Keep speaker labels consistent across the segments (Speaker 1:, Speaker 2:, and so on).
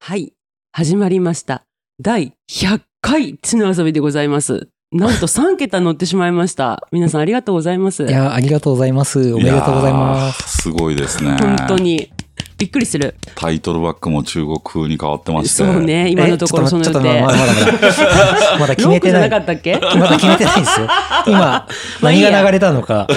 Speaker 1: はい。始まりました。第100回、地の遊びでございます。なんと3桁乗ってしまいました。皆さんありがとうございます。
Speaker 2: いやー、ありがとうございます。おめでとうございます。
Speaker 3: す。すごいですね。
Speaker 1: 本当に。びっくりする。
Speaker 3: タイトルバックも中国風に変わってまして。
Speaker 1: そう。ね、今のところ
Speaker 2: えち
Speaker 1: そ
Speaker 2: ょっ
Speaker 1: の予
Speaker 2: と
Speaker 1: 定。
Speaker 2: 待ってちょっとまだまだま だ。まだ決
Speaker 1: ロ
Speaker 2: め
Speaker 1: ーク
Speaker 2: て
Speaker 1: じゃ
Speaker 2: な。
Speaker 1: ないか
Speaker 2: ま
Speaker 1: ったっけ、
Speaker 2: だ決めてないですよ。今、
Speaker 1: まあい
Speaker 2: 何
Speaker 1: いや
Speaker 2: が流れたのか、
Speaker 1: う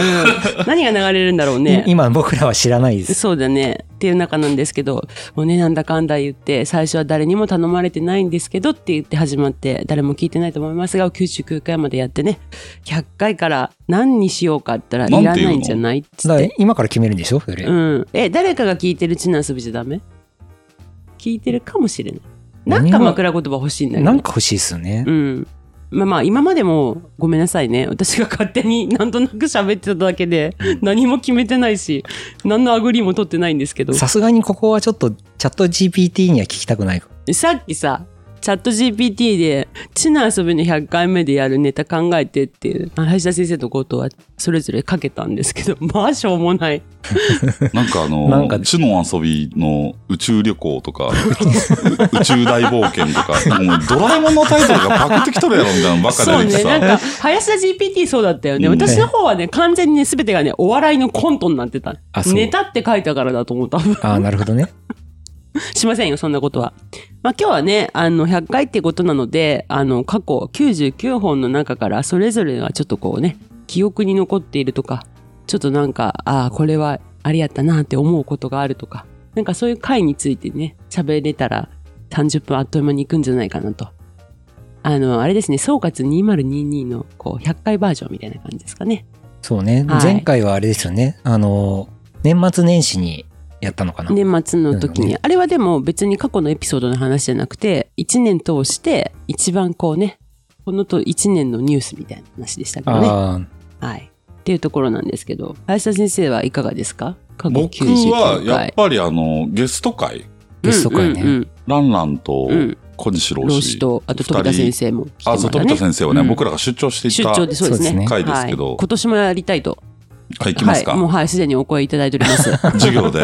Speaker 1: ん、何が流れるんだろうね
Speaker 2: い。今僕らは知らないです。
Speaker 1: そうだね。っていう中なんですけど、もうね、なんだかんだ言って、最初は誰にも頼まれてないんですけどって言って始まって、誰も聞いてないと思いますが、99回までやってね、100回から何にしようかって言った
Speaker 3: な
Speaker 1: ら、いら
Speaker 3: んて
Speaker 1: な
Speaker 3: 言うの
Speaker 1: いんじゃないっつ
Speaker 2: だ
Speaker 1: っ
Speaker 2: から
Speaker 1: て。
Speaker 2: 今から決めるんでしょそれ。
Speaker 1: うん。え、誰かが聞いてる地の遊びじゃダメ聞いてるかもしれない。なん
Speaker 2: 何
Speaker 1: か
Speaker 2: が
Speaker 1: 枕言葉欲しいんだけど。
Speaker 2: なんか欲しいですよね
Speaker 1: う。ん。まあまあ、今までもごめんなさいね。私が勝手に なんとなく喋ってただけで、何も決めてないし、何のアグリも取ってないんですけど。
Speaker 2: さすがにここはちょっとチャット GPT には聞きたくない。
Speaker 1: さっきさチャット GPT で「地の遊びの100回目でやるネタ考えて」っていうあ林田先生と後藤はそれぞれかけたんですけどまあしょうもない
Speaker 3: なんかあの、
Speaker 2: なんか
Speaker 3: 地の遊びの 宇宙旅行とか、宇宙大冒険とか、もうドラえもんのタイトルがパクってきとるやろみたいなのばっか
Speaker 1: そう
Speaker 3: 出てきて
Speaker 1: ね
Speaker 3: さ。
Speaker 1: なんか林田 GPT そうだったよね、
Speaker 3: うん
Speaker 1: 私の方はね完全にね全てがねお笑いのコントになってた
Speaker 2: あそう
Speaker 1: ネタって書いたからだと思った
Speaker 2: ああ、なるほどね。
Speaker 1: しませんよ、そんなことは。まあ今日はね、あの、100回ってことなので、あの、過去99本の中から、それぞれがちょっとこうね、記憶に残っているとか、ちょっとなんか、ああ、これはあれやったなって思うことがあるとか、なんかそういう回についてね、喋れたら、30分あっという間に行くんじゃないかなと。あの、あれですね、総括2022の、こう、100回バージョンみたいな感じですかね。
Speaker 2: そうね。
Speaker 1: はい
Speaker 2: 前回はあれですよね。あの、年末年始にやったのかな。
Speaker 1: 年末の時
Speaker 2: うん
Speaker 1: に、
Speaker 2: ね
Speaker 1: あれはでも別に過去のエピソードの話じゃなくて1年通して一番こうねこのと1年のニュースみたいな話でしたけどね、
Speaker 2: ああ、
Speaker 1: はい、っていうところなんですけど林田先生はいかがですか過去
Speaker 3: 僕
Speaker 1: 99
Speaker 3: は、やっ
Speaker 1: 回
Speaker 3: ぱりあの、ゲスト会、
Speaker 2: ゲスト会ね。
Speaker 1: うん
Speaker 3: ランランと
Speaker 1: うんうん
Speaker 3: 小西老
Speaker 1: 老子
Speaker 3: 師。
Speaker 1: とあと
Speaker 3: 二人
Speaker 1: 富田先生も来て
Speaker 3: あ、
Speaker 1: も
Speaker 3: そ
Speaker 1: ら
Speaker 3: う、富
Speaker 1: っ
Speaker 3: 田
Speaker 1: たね
Speaker 3: 先生はね、
Speaker 1: うん
Speaker 3: 僕らが出張してい
Speaker 1: 出
Speaker 3: た
Speaker 1: 張でそうですね
Speaker 3: 回ですけ
Speaker 1: はい
Speaker 3: ど、
Speaker 1: 今年もやりたいと
Speaker 3: あ、行きますか
Speaker 1: はい、もう。はいすでにお声いただいております
Speaker 3: 授 業でもう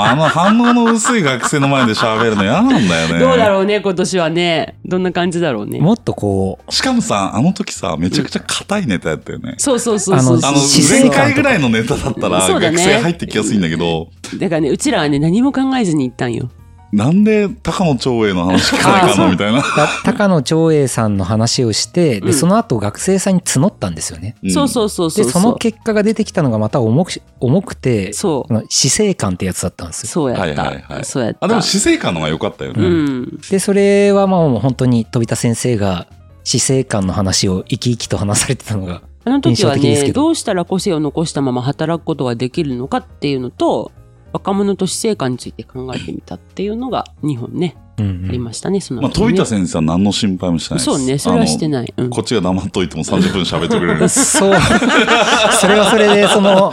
Speaker 3: あの反応の薄い学生の前で喋るの嫌なんだよね。
Speaker 1: どうだろうね今年はねどんな感じだろうね
Speaker 2: もっとこう、
Speaker 3: しかもさ、あの時さ、めちゃくちゃ硬いネタやったよね。
Speaker 1: そうそうそうそう
Speaker 2: うん
Speaker 3: あ
Speaker 1: そう
Speaker 3: の
Speaker 2: 姿、勢
Speaker 3: 前
Speaker 2: 感
Speaker 3: 回ぐらいのネタだったら、
Speaker 1: そうだ
Speaker 3: 学
Speaker 1: ね
Speaker 3: 生入ってきやすいんだけど、
Speaker 1: だからねうちらはね何も考えずに行ったんよ
Speaker 3: なんで高野長英の話聞かないか
Speaker 1: あ
Speaker 3: なみたいな。。
Speaker 2: た高野長英さんの話をして、
Speaker 1: うん
Speaker 2: で、その後学生さんに募ったんですよね。
Speaker 1: そうそううそうそ
Speaker 2: で、
Speaker 1: う。
Speaker 2: その結果が出てきたのがまた重くし、重くて、そ
Speaker 1: そう。
Speaker 2: の死生観ってやつだったんですよ。
Speaker 1: そうやった。
Speaker 3: はいはいはい
Speaker 1: そうやった。
Speaker 3: あ、でも死生観の方が良かったよ
Speaker 1: う
Speaker 3: ね。
Speaker 1: ん。
Speaker 2: で、それはまあもう本当に飛田先生が死生観の話を生き生きと話されてたのが、
Speaker 1: あの時は
Speaker 2: 印象的です
Speaker 1: ね、
Speaker 2: けど
Speaker 1: どうしたら個性を残したまま働くことができるのかっていうのと、若者と死生観について考えてみたっていうのが2本ね、
Speaker 2: うん
Speaker 1: あり
Speaker 2: うん、。
Speaker 1: ましたね、その
Speaker 3: まあ、
Speaker 1: 後
Speaker 3: 富
Speaker 1: ね、
Speaker 3: 田先生は何の心配もしてないです。
Speaker 1: そうね、それはして
Speaker 3: い。
Speaker 1: ない。うん。
Speaker 3: こっちが黙っといても30分喋って くれる
Speaker 2: そう、それはそれで、その、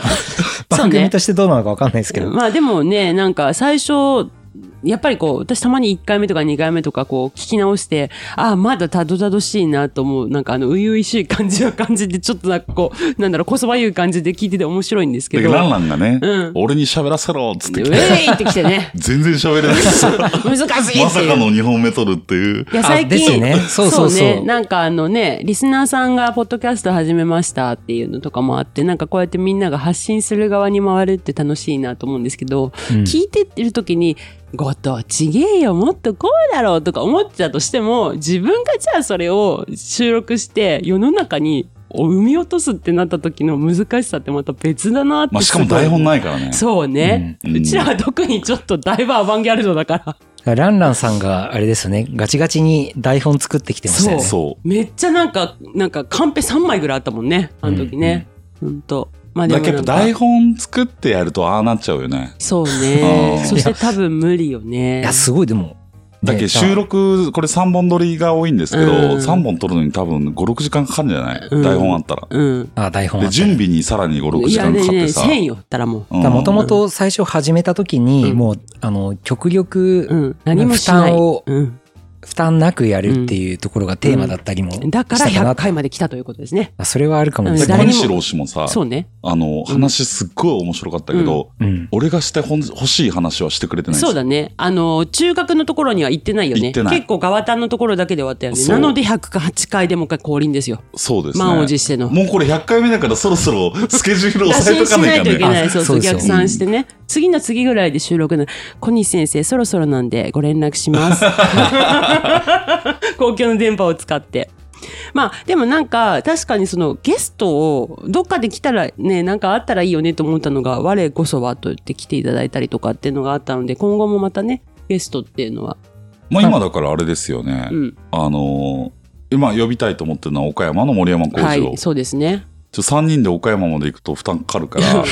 Speaker 1: そう
Speaker 2: 番
Speaker 1: ね
Speaker 2: 組としてどうなのかわかんないですけど、
Speaker 1: まあでもね、なんか最初、やっぱりこう、私たまに1回目とか2回目とかこう聞き直して、ああ、まだたどたどしいなと思う、なんかあの、初々しい感じは感じで、ちょっとなんかこう、なんだろう、こそばゆい感じで聞いてて面白いんですけ
Speaker 3: で、
Speaker 1: ど。
Speaker 3: ランランがね
Speaker 1: うん、
Speaker 3: 俺に喋らせろっつっ
Speaker 1: ウ
Speaker 3: て
Speaker 1: ェ
Speaker 3: きて、。
Speaker 1: ーイってきてね
Speaker 3: 全然喋 れない。ま
Speaker 1: 難しいっていう。
Speaker 3: さかの2本目取るっていう。
Speaker 1: いや、最
Speaker 2: あです
Speaker 1: 近、
Speaker 2: ねそうそうそう
Speaker 1: ね。なんかあのね、リスナーさんがポッドキャスト始めましたっていうのとかもあって、なんかこうやってみんなが発信する側に回るって楽しいなと思うんですけど、
Speaker 2: うん
Speaker 1: 聞いてってる時に、ごとちげえよ、もっとこうだろうとか思っちゃうとしても、自分がじゃあそれを収録して世の中に生み落とすってなった時の難しさってまた別だなってすごい。
Speaker 3: まあ、しかも台本ないからね。
Speaker 1: そうね、う
Speaker 3: うん
Speaker 1: ちらは特にちょっとだいぶアバンギャルドだから。
Speaker 2: ランランさんがあれですよね、ガチガチに台本作ってきてましたよね。
Speaker 3: そう。
Speaker 1: めっちゃなんか、なんかカンペ3枚ぐらいあったもんね、あの時ね。ほんと。まあで
Speaker 3: だ
Speaker 1: もな
Speaker 3: け
Speaker 1: んか
Speaker 3: ど台本作ってやるとああなっちゃうよね。
Speaker 1: そう
Speaker 3: う
Speaker 1: ね。
Speaker 3: ん
Speaker 1: そして多分無理よね
Speaker 2: い。や、すごい、でも、
Speaker 3: だっけ収録、これ3本撮りが多いんですけど、
Speaker 1: うん
Speaker 3: 3本撮るのに多分5、6時間かかるんじゃない、
Speaker 1: うん
Speaker 3: 台本あったら。
Speaker 1: うん。
Speaker 2: あ台本あ
Speaker 3: で、
Speaker 2: った
Speaker 3: 準備にさらに5、6
Speaker 1: い
Speaker 3: 時
Speaker 1: や
Speaker 3: 間
Speaker 1: ね
Speaker 3: かかっ
Speaker 1: ね
Speaker 3: てさ。
Speaker 1: せんよったらも
Speaker 3: うん
Speaker 2: もともと最初始めた時に、
Speaker 1: うん
Speaker 2: もうあの極
Speaker 1: う。
Speaker 2: 力
Speaker 1: うん。何もしない。
Speaker 2: 負担を
Speaker 1: うん。
Speaker 2: 負担なくやるっていうところがテーマだったりもしたか
Speaker 1: だ
Speaker 2: な
Speaker 1: から100回まで来たということですね。
Speaker 2: あそれはあるかもで
Speaker 3: です
Speaker 1: うん誰
Speaker 2: ね
Speaker 1: にも
Speaker 3: 小西郎氏もさ、
Speaker 1: そうね。
Speaker 3: あの、話すっごい面白かったけど、
Speaker 2: うん
Speaker 3: 俺がしてほん欲しい話はしてくれてないんです
Speaker 1: そうだね。あの、中学のところには行ってないよね。
Speaker 3: 行ってない
Speaker 1: 結構ガワタンのところだけで終わったよね。
Speaker 3: そう
Speaker 1: なので100か8回でもう一回降臨ですよ。
Speaker 3: そうですね。
Speaker 1: 満を持しての。
Speaker 3: もうこれ100回目だからそろそろ スケジュール
Speaker 1: 打
Speaker 3: 押さえ
Speaker 1: 診
Speaker 3: と
Speaker 1: し
Speaker 3: か
Speaker 1: な
Speaker 3: ないい
Speaker 1: と
Speaker 3: か
Speaker 1: いけ
Speaker 3: ね。
Speaker 1: ない。そうそう、
Speaker 2: あそうで
Speaker 1: 逆
Speaker 2: すよ
Speaker 1: 算してね。次の次ぐらいで収録な。小西先生、そろそろなんでご連絡し ます。公共の電波を使って。まあ、でもなんか、確かにそのゲストを、どっかで来たらね、なんかあったらいいよねと思ったのが、我こそはと言って来ていただいたりとかっていうのがあったので、今後もまたね、ゲストっていうのは。
Speaker 3: まあ今だからあれですよね。
Speaker 1: うん。
Speaker 3: あのー今呼びたいと思ってるのは岡山の森山幸
Speaker 1: は
Speaker 3: 二郎。
Speaker 1: い、そうですね。
Speaker 3: ちょ3人で岡山まで行くと負担かかるから、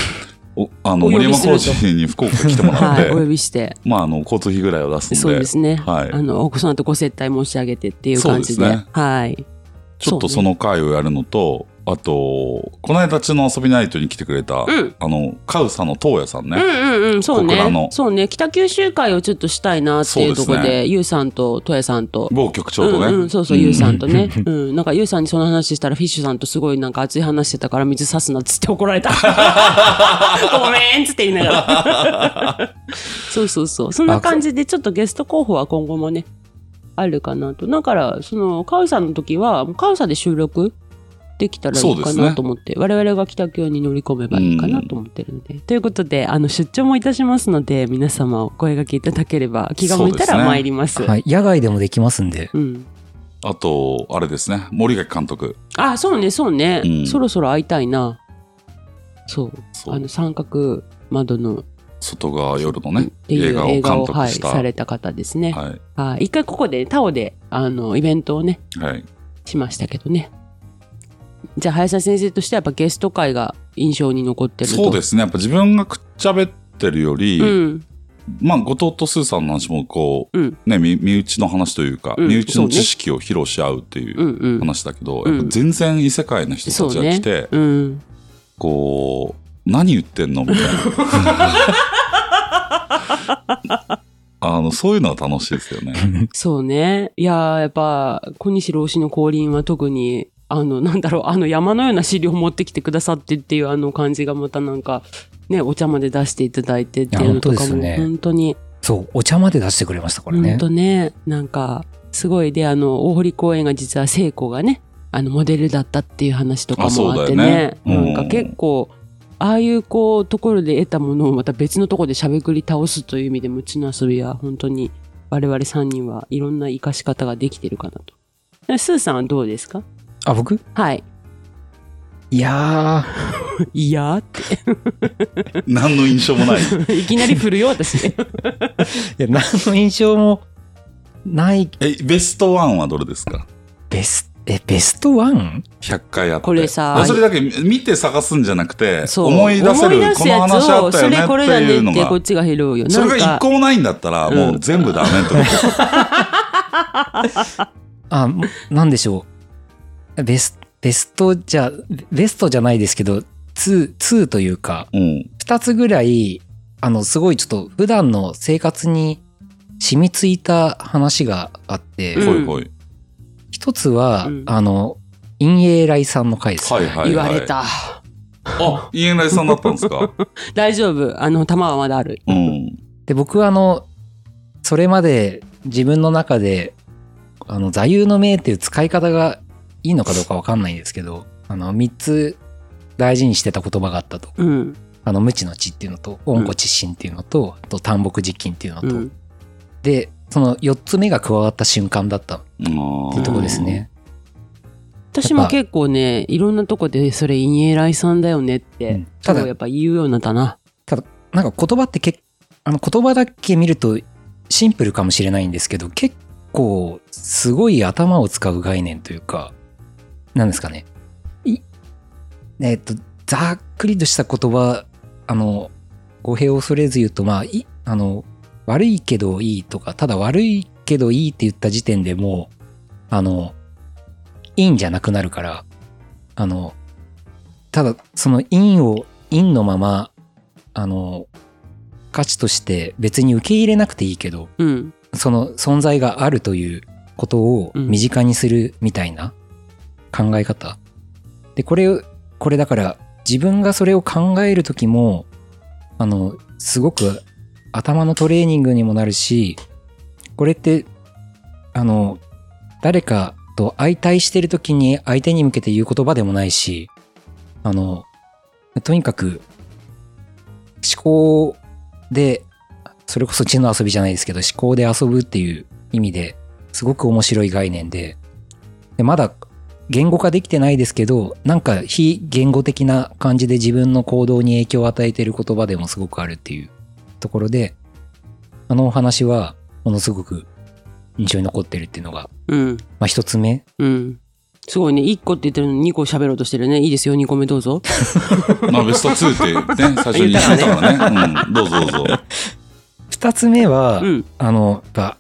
Speaker 3: おあの
Speaker 1: お呼
Speaker 3: 森
Speaker 1: び
Speaker 3: 山
Speaker 1: すると
Speaker 3: 浩二に福岡来てもらっ
Speaker 1: は
Speaker 3: て、
Speaker 1: い、お呼びして。
Speaker 3: まあ、あの交通費ぐらいは出すんで
Speaker 1: そうですね。
Speaker 3: はい
Speaker 1: あの、その後ご接待申し上げてっていう感じで。
Speaker 3: そうですね
Speaker 1: はい。
Speaker 3: ちょっとその回をやるのと、あと、この間、ちの遊びナイトに来てくれた、
Speaker 1: うん
Speaker 3: あの、カウサの東也さんね、
Speaker 1: うんうんうん、そう
Speaker 3: 小倉の
Speaker 1: ね。そうね、北九州会をちょっとしたいなっていうとこ
Speaker 3: そう
Speaker 1: ろ
Speaker 3: です
Speaker 1: で、ゆうさんととやさんと。
Speaker 3: 某局長とね、
Speaker 1: うんうん、そうそう、
Speaker 3: ん
Speaker 1: ゆうさんとね。うん、なんかゆうさんにその話したら、フィッシュさんとすごいなんか熱い話してたから、水さすなっつって怒ら れた。ごめんっつって言いながら。 そうそうそう、そんな感じで、ちょっとゲスト候補は今後もね。あるかなと、だから、そのカウサの時は、カウサで収録。できたらい
Speaker 3: そう
Speaker 1: い
Speaker 3: で
Speaker 1: か
Speaker 3: すね
Speaker 1: なと思って、我々が北京に乗り込めばいいかなと思ってるんで。ということで、あの出張もいたしますので、皆様お声掛けいただければ、気が向いた
Speaker 3: そうです
Speaker 1: ら
Speaker 3: ね
Speaker 1: 参ります。
Speaker 2: はい、野外でもできますんで
Speaker 1: うん。
Speaker 3: あと、あれですね、森垣監督、
Speaker 1: あ、そうね、そうね、
Speaker 3: うん
Speaker 1: そろそろ会いたいな。そう。
Speaker 3: そう
Speaker 1: あの三角窓のっ
Speaker 3: 外側夜のね、
Speaker 1: てい
Speaker 3: 映
Speaker 1: う
Speaker 3: 画を
Speaker 1: 映
Speaker 3: 監
Speaker 1: 画を
Speaker 3: 督
Speaker 1: はい、
Speaker 3: した。
Speaker 1: された方ですね。
Speaker 3: はい
Speaker 1: はい。一回ここでタオであのイベントをね
Speaker 3: はい
Speaker 1: しましたけどね。じゃあ林田先生としてはやっぱゲスト会が印象に残ってると。。
Speaker 3: そうですすね、やっぱ自分がくっちゃべってるより、
Speaker 1: うん。
Speaker 3: まあ、後藤とスーさんの話もこう、
Speaker 1: うん
Speaker 3: ね、身身内の話というか、
Speaker 1: うん
Speaker 3: 身内の知識を披露し合うっていう
Speaker 1: うんうん。
Speaker 3: 話だけど、
Speaker 1: うん
Speaker 3: やっぱ全然異世界の人たちが来て、
Speaker 1: うん。
Speaker 3: こう何言ってんのみたいな あのそういうのは楽しいですよね。
Speaker 1: そうね。いやーやっぱ小西老師の降臨は特にあの なんだろうあの山のような資料を持ってきてくださってっていうあの感じがまたなんかねお茶まで出していただいてっていうのとか
Speaker 2: いや本当です
Speaker 1: も
Speaker 2: よね
Speaker 1: 本当に
Speaker 2: そうお茶まで出してくれましたから
Speaker 1: 本
Speaker 2: ね
Speaker 1: 当ねなんかすごいであの大堀公園が実は聖子がねあのモデルだったっていう話とか
Speaker 3: あそう
Speaker 1: も
Speaker 3: だ
Speaker 1: あ
Speaker 3: よ
Speaker 1: って
Speaker 3: ね
Speaker 1: ね
Speaker 3: うん
Speaker 1: なんか結構ああいうこうところで得たものをまた別のところでしゃべくり倒すという意味でもうちの遊びは本当に我々3人はいろんな活かし方ができてるかなと。でスーさんはどうですか
Speaker 2: あ僕
Speaker 1: はい。
Speaker 2: いや
Speaker 1: いやーっ
Speaker 3: 何の印象もない。
Speaker 1: ていきなり振るよ 私。
Speaker 2: ーいや何の印象もない
Speaker 3: えベストワンはどれですか
Speaker 2: ベスえベストワン
Speaker 3: ?100 回やって。
Speaker 1: これさ
Speaker 3: あそれだけ見て探すんじゃなくて
Speaker 1: そう
Speaker 3: 思い出せ
Speaker 1: 思い
Speaker 3: る
Speaker 1: 出
Speaker 3: こ
Speaker 1: す
Speaker 3: の
Speaker 1: やつ
Speaker 3: 話あ
Speaker 1: を
Speaker 3: った
Speaker 1: そ
Speaker 3: よ
Speaker 1: れこ
Speaker 3: ね
Speaker 1: れ
Speaker 3: って
Speaker 1: だ
Speaker 3: い
Speaker 1: ね
Speaker 3: うの
Speaker 1: ってこっ
Speaker 3: が。
Speaker 1: ちが拾うよ。
Speaker 3: そ
Speaker 1: な
Speaker 3: れ
Speaker 1: ん
Speaker 3: が一
Speaker 1: か
Speaker 3: 個もないんだったら
Speaker 1: うん
Speaker 3: もう全部ダメってこと
Speaker 2: あもなんでしょうベスベストじゃベストじゃないですけど2 2というか
Speaker 3: うん。
Speaker 2: 2つぐらいあのすごいちょっと普段の生活に染みついた話があって、
Speaker 1: うん
Speaker 3: ほいほい。
Speaker 2: 一つは、
Speaker 1: うん
Speaker 2: あの陰影来さんの回です、
Speaker 3: はいはいはい。
Speaker 1: 言われ。た。
Speaker 3: あ、イエンライさんだったんですか
Speaker 1: 大丈夫。あの、弾はまだある。
Speaker 3: うん。
Speaker 2: で僕はあのそれまで自分の中であの座右の銘っていう使い方がいいのかどうかわかんないんですけどあの3つ大事にしてた言葉があったと
Speaker 1: うん。
Speaker 2: あの無知の知っていうのと温故知新っていうのと、あと単木実金っていうのと、
Speaker 1: うん。
Speaker 2: でその4つ目が加わった瞬間だったっ
Speaker 3: って
Speaker 2: ていうところですね、
Speaker 1: 私も結構ねいろんなとこでそれ陰影来さんだよねっ
Speaker 2: う
Speaker 1: て
Speaker 2: ん、た
Speaker 1: そう
Speaker 2: だ
Speaker 1: やっぱ言うようになったな
Speaker 2: なんか言葉ってけあの言葉だけ見るとシンプルかもしれないんですけど結構すごい頭を使う概念というかなんですかねいえっとざっくりとした言葉あの語弊を恐れず言うとまあいあの悪いけどいいとかただ悪いけどいいって言った時点でもう、あの、いいんじゃなくなるから、あの、ただ、そのいいを、いのまま、あの、価値として別に受け入れなくていいけど、
Speaker 1: うん。
Speaker 2: その存在があるということを
Speaker 1: うん
Speaker 2: 身近にするみたいな考え方、でこれこれだから自分がそれを考える時もあのすごく頭のトレーニングにもなるしこれってあの誰かと相対してる時に相手に向けて言う言葉でもないしあのとにかく思考でそれこそ知の遊びじゃないですけど思考で遊ぶっていう意味ですごく面白い概念ででまだ言語化できてないですけどなんか非言語的な感じで自分の行動に影響を与えている言葉でもすごくあるっていうところであのお話はものすごく印象に残ってるっていうのが、
Speaker 1: うん。
Speaker 2: まあ、一つ目
Speaker 1: うん。すごいね。1個って言ってるのに2個喋ろうとしてるね。いいですよ。2個目どうぞ。
Speaker 3: まあ、ベスト2ってね、最初に言ってたからね。うん、どうぞどうぞ。
Speaker 2: 二つ目は、
Speaker 1: うん。
Speaker 2: あのやっぱ、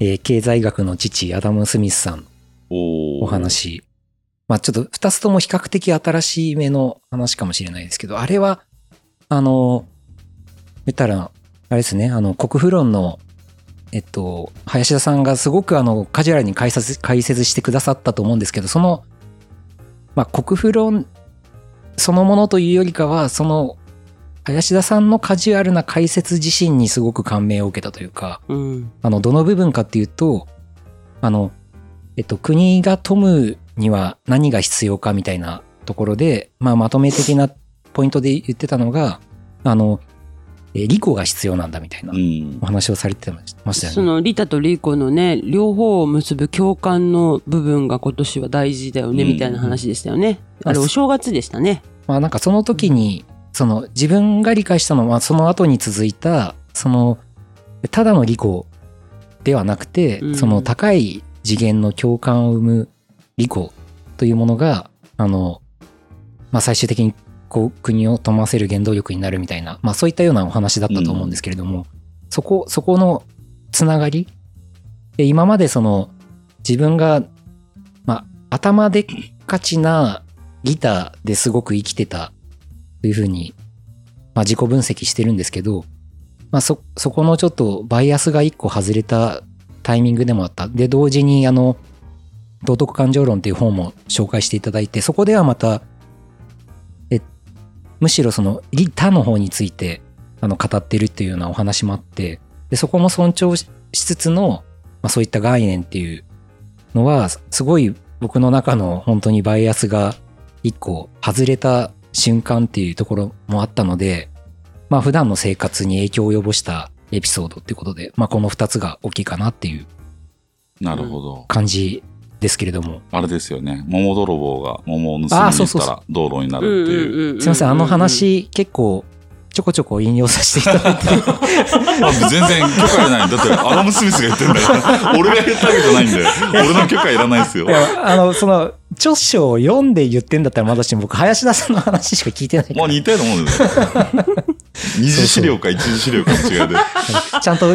Speaker 2: えー経済学の父アダム・スミスさん
Speaker 3: おー
Speaker 2: お。話。まあちょっと二つとも比較的新しい目の話かもしれないですけど、あれは、あの、言ったら、あれですね、あの、国富論の、えっと、林田さんがすごくあの、カジュアルに解説解説してくださったと思うんですけど、その、まあ国富論そのものというよりかは、その、林田さんのカジュアルな解説自身にすごく感銘を受けたというか、
Speaker 1: うん。
Speaker 2: あの、どの部分かっていうと、あの、えっと、国が富むには何が必要かみたいなところで、まあ、まとめ的なポイントで言ってたのが、あの、えー、リコが必要なんだみたいな
Speaker 3: うん
Speaker 2: お。話をされてました
Speaker 1: そ
Speaker 2: よね。
Speaker 1: のリタとリーコのね、両方を結ぶ共感の部分が今年は大事だよね、
Speaker 3: うん
Speaker 1: みたいな話でしたよね。
Speaker 2: うん
Speaker 1: あれ、お正月でしたね。
Speaker 2: まあ、なんかその時に、その自分が理解したのは、その後に続いた、その、ただのリコではなくて、
Speaker 1: うん
Speaker 2: その高い次元の共感を生むリコというものが、あの、まあ、最終的にこう国を富ませる原動力になるみたいな、まあ、そういったようなお話だったと思うんですけれども、そこ、そこのつながりで今までその自分が、まあ、頭でっかちなギターですごく生きてたというふうに、まあ、自己分析してるんですけど、まあ、そそこのちょっとバイアスが一個外れたタイミングでもあったで同時にあの「道徳感情論」っていう本も紹介していただいてそこではまたえむしろそのギターの方についてあの語ってるっていうようなお話もあってでそこも尊重ししつつの、まあ、そういった概念っていうのはすすごい僕の中の本当にバイアスが一個外れた瞬間っていうところもあったので、まあ普段の生活に影響を及ぼしたエピソードっていうことで、まあこの二つが大きいかなっていう
Speaker 3: なるほど。
Speaker 2: 感じですけれども。
Speaker 3: あれですよね。桃泥棒が桃を盗んで
Speaker 2: あー
Speaker 3: い
Speaker 2: そう
Speaker 3: っ
Speaker 2: そう
Speaker 3: た
Speaker 2: そう
Speaker 3: ら道路になるっていう。
Speaker 2: すいません、あの。話結構ちょこちょこ引用させていただいて、
Speaker 3: あ全然許可いらない。だ って、アダム・スミスが言って んだよ。俺が言ったわけじゃないんで、俺の許可いらないですよ
Speaker 2: い。や あの、その、著書を読んで言ってんだったらまだしも僕、林田さんの話しか聞いてないか
Speaker 3: まあ似たようなもんですよ。二次資料か一次資料かの違いで。
Speaker 2: ら、ちゃんと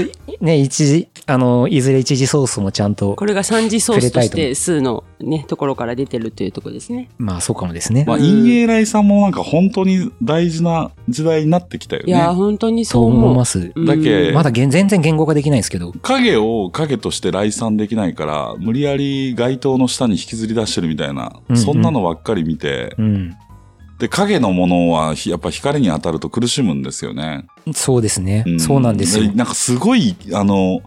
Speaker 2: ね、一時、あの、いずれ一時ソースもちゃんと
Speaker 1: こ、れが三次ソースとし
Speaker 2: くれたい
Speaker 1: て、数のね、ところから出てるというところですね。
Speaker 2: まあそうかもですね。
Speaker 3: まあ、陰影来さんもなんか本当に大事な時代になってきたよ
Speaker 1: いやー、
Speaker 3: ね。
Speaker 1: 本当にそ
Speaker 2: そうう思い
Speaker 1: 思う
Speaker 2: ま。す。
Speaker 1: うん
Speaker 3: だけ
Speaker 2: まだげん全然言語化できないんですけど、
Speaker 3: 影を影として来賛できないから、無理やり街灯の下に引きずり出してるみたいな、
Speaker 2: うんうん
Speaker 3: そんなのばっかり見て、
Speaker 2: うん。
Speaker 3: で、影のものはひやっぱ光に当たると苦しむんですよね。
Speaker 2: そうですね。
Speaker 3: ん
Speaker 2: そうなんですよ。
Speaker 3: なんかすごい、あの、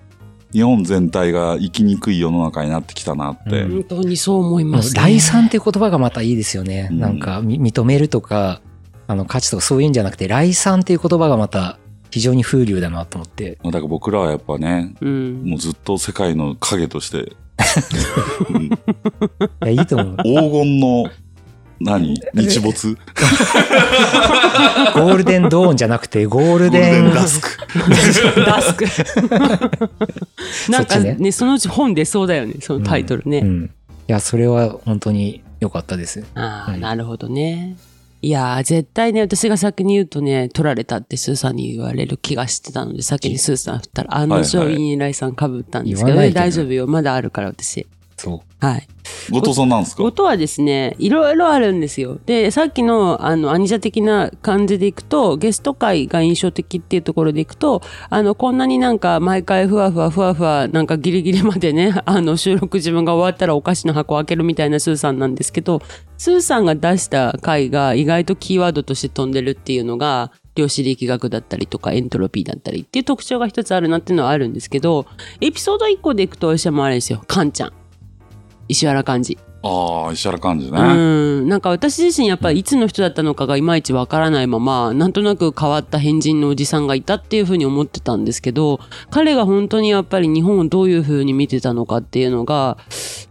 Speaker 3: 日本全体が生きにくい世の中になってきたなって。
Speaker 2: うん
Speaker 1: 本当にそう思い
Speaker 2: も
Speaker 1: ま
Speaker 2: う
Speaker 1: す、
Speaker 2: 第三っていう言葉がまたいいですよね。
Speaker 3: うん
Speaker 2: なんかみ認めるとか、あの価値とかそういうんじゃなくて、来産っていう言葉がまた非常に風流だなと思って。
Speaker 3: だから僕らはやっぱね、
Speaker 1: うん。
Speaker 3: もうずっと世界の影と して、うん。
Speaker 2: いや、いいと思う
Speaker 3: 黄金の、何日没
Speaker 2: ゴールデンドーンじゃなくて、ゴールデン。
Speaker 3: ダスク。
Speaker 1: ダ スク。なんか
Speaker 2: そっちね
Speaker 1: ね、そのうち本出そうだよね、そのタイトルね。
Speaker 2: うん。いや、それは本当に良かったです。
Speaker 1: ああ、
Speaker 2: はい
Speaker 1: なるほどね。いやー、絶対ね、私が先に言うとね、取られたってスーさんに言われる気がしてたので、先にスーさん振ったら、あの
Speaker 3: は
Speaker 1: 定
Speaker 3: いはい
Speaker 1: インライさん被ったんですけ
Speaker 2: 言
Speaker 1: ど、
Speaker 2: わな
Speaker 1: え
Speaker 2: いけど
Speaker 1: 大丈夫よ、まだあるから私。
Speaker 2: そう。
Speaker 1: はい。
Speaker 3: 後藤さんなんですか
Speaker 1: 音はですね、いろいろあるんですよ。で、さっきの、あの、アニジャ的な感じでいくと、ゲスト会が印象的っていうところでいくと、あの、こんなになんか毎回ふわふわふわふわ、なんかギリギリまでね、 あの、収録自分が終わったらお菓子の箱を開けるみたいなスーさんなんですけど、スーさんが出した回が意外とキーワードとして飛んでるっていうのが、量子力学だったりとかエントロピーだったりっていう特徴が一つあるなっていうのはあるんですけど、エピソード1個でいくと、私はもうあれですよ、カンちゃん。石原幹事。
Speaker 3: ああ、石原幹事ね。
Speaker 1: うん、なんか私自身やっぱりいつの人だったのかがいまいちわからないままなんとなく変わった変人のおじさんがいたっていうふうに思ってたんですけど彼が本当にやっぱり日本をどういうふうに見てたのかっていうのが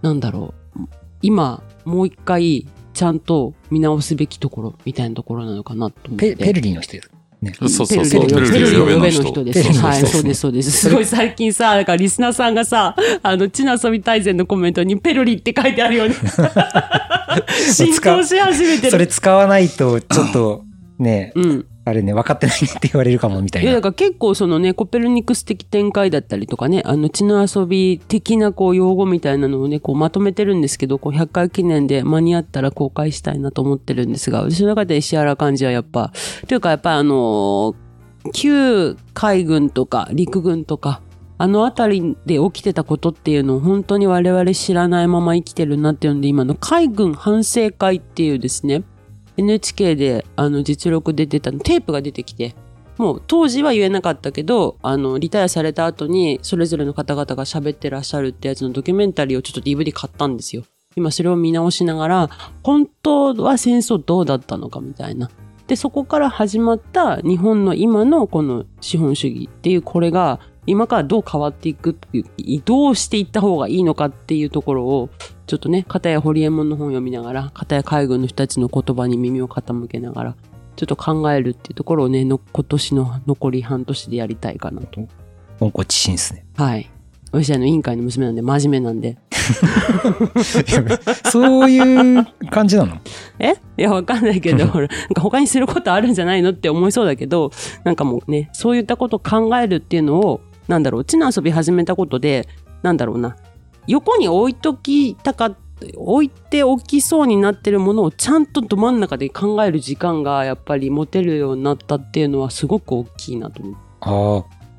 Speaker 1: なんだろう今もう一回ちゃんと見直すべきところみたいなところなのかなと思っ
Speaker 2: ペ
Speaker 1: て。
Speaker 2: ペルリーの人です。ね。
Speaker 3: そうそう
Speaker 1: ペ
Speaker 3: そう。
Speaker 1: ルリ
Speaker 3: ペルリ
Speaker 1: の
Speaker 3: 呼べ
Speaker 1: 上
Speaker 3: の
Speaker 1: の
Speaker 3: 人
Speaker 1: 人。です。
Speaker 2: ペルリの人
Speaker 1: はい、
Speaker 2: ですね
Speaker 1: そうです、そうです。すごい最近さ、なんかリスナーさんがさ、あの、チナソミ大全のコメントにペルリって書いてあるよね。 浸透し始めてる。
Speaker 2: それ使わないと、ちょっと、ね、
Speaker 1: うん。
Speaker 2: あれね、分かってないって言われるかも、みたい
Speaker 1: いや
Speaker 2: な
Speaker 1: だ。から結構そのねコペルニクス的展開だったりとかねあの血の遊び的なこう用語みたいなのをねこうまとめてるんですけどこう100回記念で間に合ったら公開したいなと思ってるんですが私の中で石原幹事はやっぱというかやっぱあのー旧海軍とか陸軍とかあの辺りで起きてたことっていうのを本当に我々知らないまま生きてるなっていうので今の海軍反省会っていうですね NHK であの実録で出たテープが出てきてもう当時は言えなかったけどあのリタイアされた後にそれぞれの方々が喋ってらっしゃるってやつのドキュメンタリーをちょっと DVD 買ったんですよ今それを見直しながら本当は戦争どうだったのかみたいなでそこから始まった日本の今のこの資本主義っていうこれが今からどう変わっていくっていうどうしていった方がいいのかっていうところをちょっとね片や堀右衛門の本を読みながら片や海軍の人たちの言葉に耳を傾けながらちょっと考えるっていうところをねの今年の残り半年でやりたいかなと
Speaker 2: 温故知新ですね。
Speaker 1: はい私あの委員会の娘なんで真面目なんで
Speaker 2: そういう感じなの
Speaker 1: えいやわかんないけどほらなんか他にすることあるんじゃないのって思いそうだけどなんかもうねそういったことを考えるっていうのをなんだろううちの遊び始めたことでなんだろうな横に置いときたか置いておきそうになってるものをちゃんとど真ん中で考える時間がやっぱり持てるようになったっていうのはすごく大きいなと思う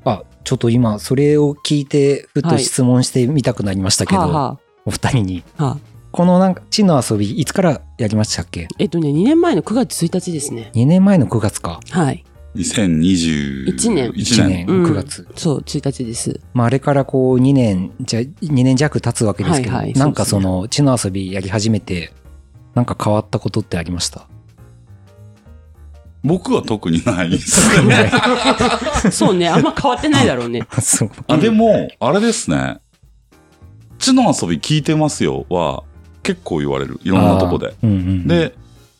Speaker 2: ああ。あ、ちょっと今、それを聞いて、ふと質問してみたくなりましたけど、
Speaker 1: はあは
Speaker 2: お二人に。
Speaker 1: あはあ
Speaker 2: このなんか、地の遊び、いつからやりましたっけ
Speaker 1: えっとね、2年前の9月1日ですね。
Speaker 2: 2年前の9月か。
Speaker 1: はい。
Speaker 3: 2021
Speaker 1: 1年
Speaker 2: 1
Speaker 3: 1年。
Speaker 2: 年、
Speaker 1: うん
Speaker 2: 9月。
Speaker 1: そう、1日です。
Speaker 2: まあ、あれからこう2年じゃ2年弱経つわけですけど、
Speaker 1: はいはい
Speaker 2: なんか
Speaker 1: そう
Speaker 2: そ
Speaker 1: です
Speaker 2: の地の遊びやり始めてなんか変わったことってありました
Speaker 3: 僕は特にないです。
Speaker 1: そうね、あんま変わってないだろうね。
Speaker 2: そう
Speaker 3: あ、でも、あれですね。地の遊び聞いてますよは、結構言われる。いろんなとこで。
Speaker 2: あーうんうんうん、
Speaker 3: で、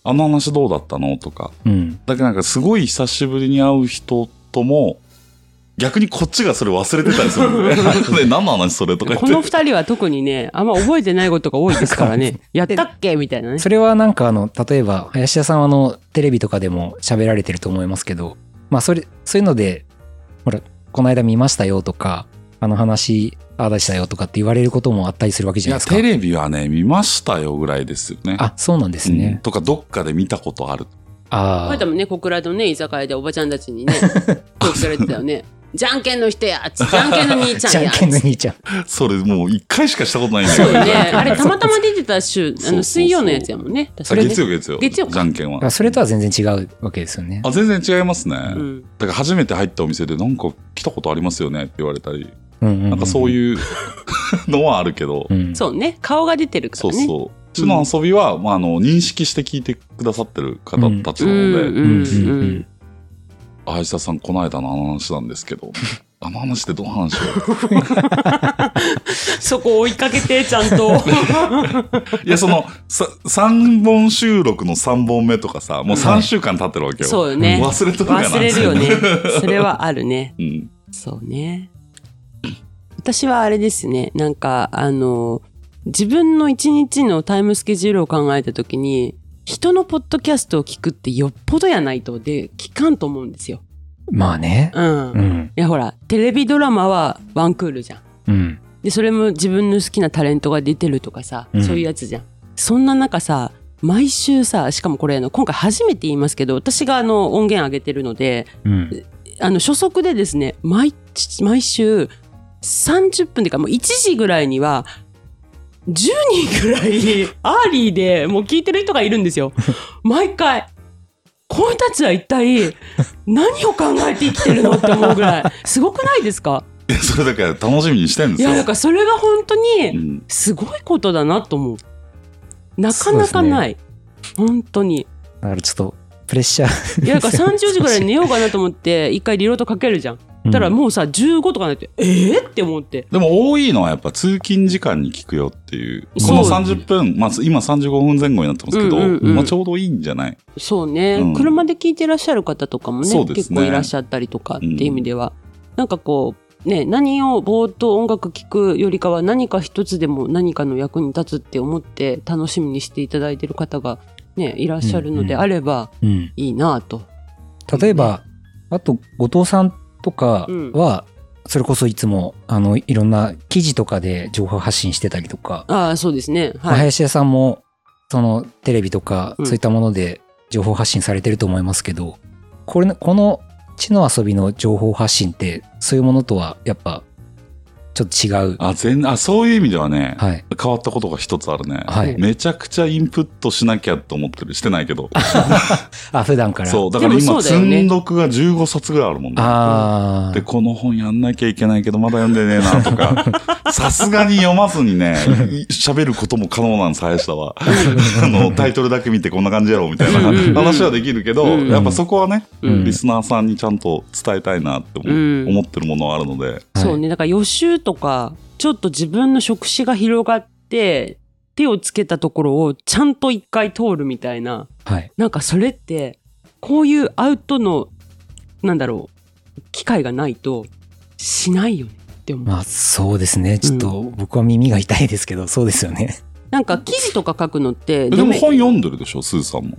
Speaker 3: あの話どうだったのとか。
Speaker 2: うん、
Speaker 3: だけどなんかすごい久しぶりに会う人とも、逆にこっちがそれ忘れてたりするんですね。で何の話それとか言って。
Speaker 1: この2人は特にね、あんま覚えてないことが多いですからね。やったっけみたいなね。
Speaker 2: それはなんかあの例えば林田さんはあのテレビとかでも喋られてると思いますけどまあそれそういうのでほらこの間見ましたよとかあの話ああでしたよとかって言われることもあったりするわけじ
Speaker 3: い
Speaker 2: ゃない
Speaker 3: や、
Speaker 2: ですか
Speaker 3: テレビはね、見ましたよぐらいですよね。
Speaker 2: あそうなんです
Speaker 3: うん
Speaker 2: ね、
Speaker 3: とか、どっかで見たことある。
Speaker 2: あ
Speaker 1: これ
Speaker 2: あ
Speaker 1: でもね、小倉のね、居酒屋でおばちゃんたちにね、声かれてたよね。じゃんけんの人やじゃんけんの兄ち
Speaker 2: じ
Speaker 1: ゃん
Speaker 2: ゃん
Speaker 1: や
Speaker 2: けんの兄ちゃん
Speaker 3: それもう一回しかしたことないんだ
Speaker 1: そ
Speaker 3: けど。
Speaker 1: うね。あれ、たまたま出てた週、あ
Speaker 3: そうそうそ
Speaker 1: の、
Speaker 3: う
Speaker 1: 水曜のやつやもんね。
Speaker 3: あ
Speaker 1: れね
Speaker 3: 月曜月曜。
Speaker 1: 月曜か
Speaker 3: じゃんけんは
Speaker 2: あ。それとは全然違うわけですよね
Speaker 3: あ、全然違いますね。だ
Speaker 1: う
Speaker 3: か
Speaker 1: ん。
Speaker 3: ら初めて入ったお店でなんか来たことありますよねって言われたり、
Speaker 2: な
Speaker 3: なんかそういう のはあるけど、
Speaker 2: うん、
Speaker 1: そうね。顔が出てるか
Speaker 3: そ
Speaker 1: ら
Speaker 3: う
Speaker 1: ね。う
Speaker 3: そう。うちの遊びは、まあ、あの、認識して聞いてくださってる方たち
Speaker 1: んう
Speaker 3: なので、
Speaker 1: ん
Speaker 2: うんうん
Speaker 1: う
Speaker 2: う
Speaker 1: んん。
Speaker 3: 林田さん、この間のあの話なんですけど、 あの話ってどの話を
Speaker 1: そこ追いかけて、ちゃんと。
Speaker 3: いや、その、さ3本収録の3本目とかさ、もう3週間経ってるわけよ。
Speaker 1: そうよね。
Speaker 3: 忘れとるかな
Speaker 1: 忘れるよね。それはあるね。
Speaker 3: うん。
Speaker 1: そうね。私はあれですね、なんか、あの、自分の一日のタイムスケジュールを考えたときに、人のポッドキャストを聞くってよっぽどやないとで聞かんと思うんですよ。
Speaker 2: まあね。
Speaker 1: うん。
Speaker 2: う
Speaker 1: い
Speaker 2: ん。
Speaker 1: やほらテレビドラマはワンクールじゃん。
Speaker 2: うん。
Speaker 1: でそれも自分の好きなタレントが出てるとかさ、
Speaker 2: うん
Speaker 1: そういうやつじゃん。そんな中さ毎週さしかもこれあの今回初めて言いますけど私があの音源上げてるので
Speaker 2: うん。
Speaker 1: あの初速でですね毎毎週30分でかもう1時ぐらいには10人ぐらいアーリーでもう聞いてる人がいるんですよ毎回この人たちは一体何を考えて生きてるのって思うぐらいすごくないですか
Speaker 3: いやそれだけ楽しみにしてる
Speaker 1: い
Speaker 3: んですよ。
Speaker 1: やだからそれが本当
Speaker 3: う
Speaker 1: に
Speaker 3: ん
Speaker 1: すごいことだなと思うなかなかない、本当に
Speaker 2: だからちょっと、プレッシャー。
Speaker 1: いやだから30時ぐらいに寝ようかなと思って一回リロードかけるじゃんたら
Speaker 2: うん
Speaker 1: もうさ15とかなってえー、って思って
Speaker 3: でも多いのはやっぱ通勤時間に聞くよっていう。
Speaker 1: そう
Speaker 3: この30分、まあ今35分前後になってますけど、
Speaker 1: うんうんうん
Speaker 3: まあちょうどいいんじゃない
Speaker 1: そうね、
Speaker 3: うん
Speaker 1: 車で聞いてらっしゃる方とかもね
Speaker 3: そうです
Speaker 1: 結
Speaker 3: ね
Speaker 1: 構いらっしゃったりとかっていう意味では、なんかこうね何をぼーっと音楽聴くよりかは何か一つでも何かの役に立つって思って楽しみにしていただいてる方がねいらっしゃるのであれば
Speaker 2: うん。
Speaker 1: いいなぁと、
Speaker 2: 例えば、あと、後藤さんとかは、それこそいつも、あの、いろんな記事とかで情報発信してたりとか、
Speaker 1: ああそうですね
Speaker 2: まあ
Speaker 1: はい、
Speaker 2: 林家さんもそのテレビとか
Speaker 1: うん
Speaker 2: そういったもので情報発信されてると思いますけど、これこの「地の遊び」の情報発信ってそういうものとはやっぱちょっと違う
Speaker 3: あ、全、あ、そういう意味ではね、
Speaker 2: はい
Speaker 3: 変わったことが一つあるね。
Speaker 2: はい
Speaker 3: めちゃくちゃインプットしなきゃと思ってる。してないけ ど。
Speaker 2: あ普段から
Speaker 3: そう。だから
Speaker 1: でもそ
Speaker 3: 今、
Speaker 1: うだよね
Speaker 3: 積読が15冊ぐらいあるもんね。
Speaker 2: あ
Speaker 3: で、
Speaker 2: ー
Speaker 3: この本やんなきゃいけないけど、まだ読んでねえな とか、さすがに読まずにね、い喋ることも可能なんです、林田は。あの、タイトルだけ見てこんな感じやろ、みたいな
Speaker 1: うんうんうん
Speaker 3: 話はできるけど、
Speaker 1: うん
Speaker 3: やっぱそこはね、
Speaker 1: うん
Speaker 3: リスナーさんにちゃんと伝えたいなって思,、
Speaker 1: うん
Speaker 3: 思ってるものはあるので、
Speaker 1: そうねだから予習とかちょっと自分の触手が広がって手をつけたところをちゃんと一回通るみたいな
Speaker 2: はい
Speaker 1: なんかそれってこういうアウトのなんだろう機会がないとしないよねって思う、
Speaker 2: まあそうですねちょっと僕は耳が痛いですけどそうですよね
Speaker 1: なんか記事とか書くのって
Speaker 3: え
Speaker 1: ダ
Speaker 3: でも
Speaker 1: メ
Speaker 3: 本読んでるでしょ、スーさんも。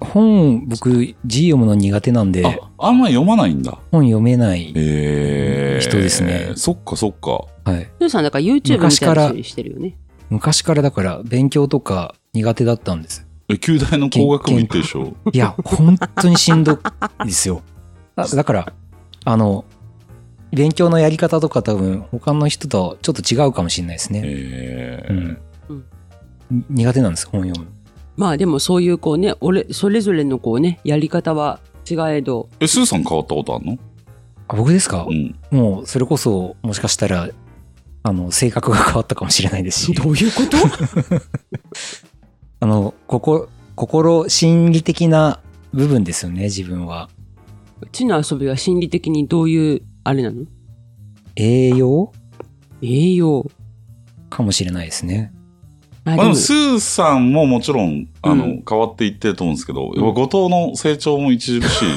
Speaker 2: 本僕字読むの苦手なんで
Speaker 3: あ、あんまり読まないんだ。
Speaker 2: 本読めない
Speaker 3: ええ
Speaker 2: 人ですね
Speaker 3: そっかそっか。
Speaker 2: はい
Speaker 1: ルーさんだから YouTube み
Speaker 2: 昔
Speaker 1: た
Speaker 2: か
Speaker 1: いな
Speaker 2: ら
Speaker 1: 趣味してるよね
Speaker 2: 昔からだから勉強とか苦手だったんです
Speaker 3: え、旧大の工学部行ってるでしょ。
Speaker 2: いや、本当にしんどいですよ。だだから、あの、勉強のやり方とか多分他の人とはちょっと違うかもしれないですね。
Speaker 3: ええ
Speaker 2: うんに苦手なんです、本読む
Speaker 1: まあでもそういうこうね俺それぞれのこうねやり方は違えど
Speaker 3: え、スーさん変わったことあるの
Speaker 2: あ僕ですか、
Speaker 3: うん。
Speaker 2: もうそれこそもしかしたら、あの、性格が変わったかもしれないです し、
Speaker 1: どういうこと
Speaker 2: あの、ここ、心、心理的な部分ですよね、自分は。
Speaker 1: 地の遊びは心理的にどういうあれなの
Speaker 2: 栄養
Speaker 1: 栄養
Speaker 2: かもしれないですね。
Speaker 1: あ
Speaker 3: まあ、でも、スーさんももちろん、あの、
Speaker 1: うん
Speaker 3: 変わっていってると思うんですけど、やっぱ後藤の成長も著 しい。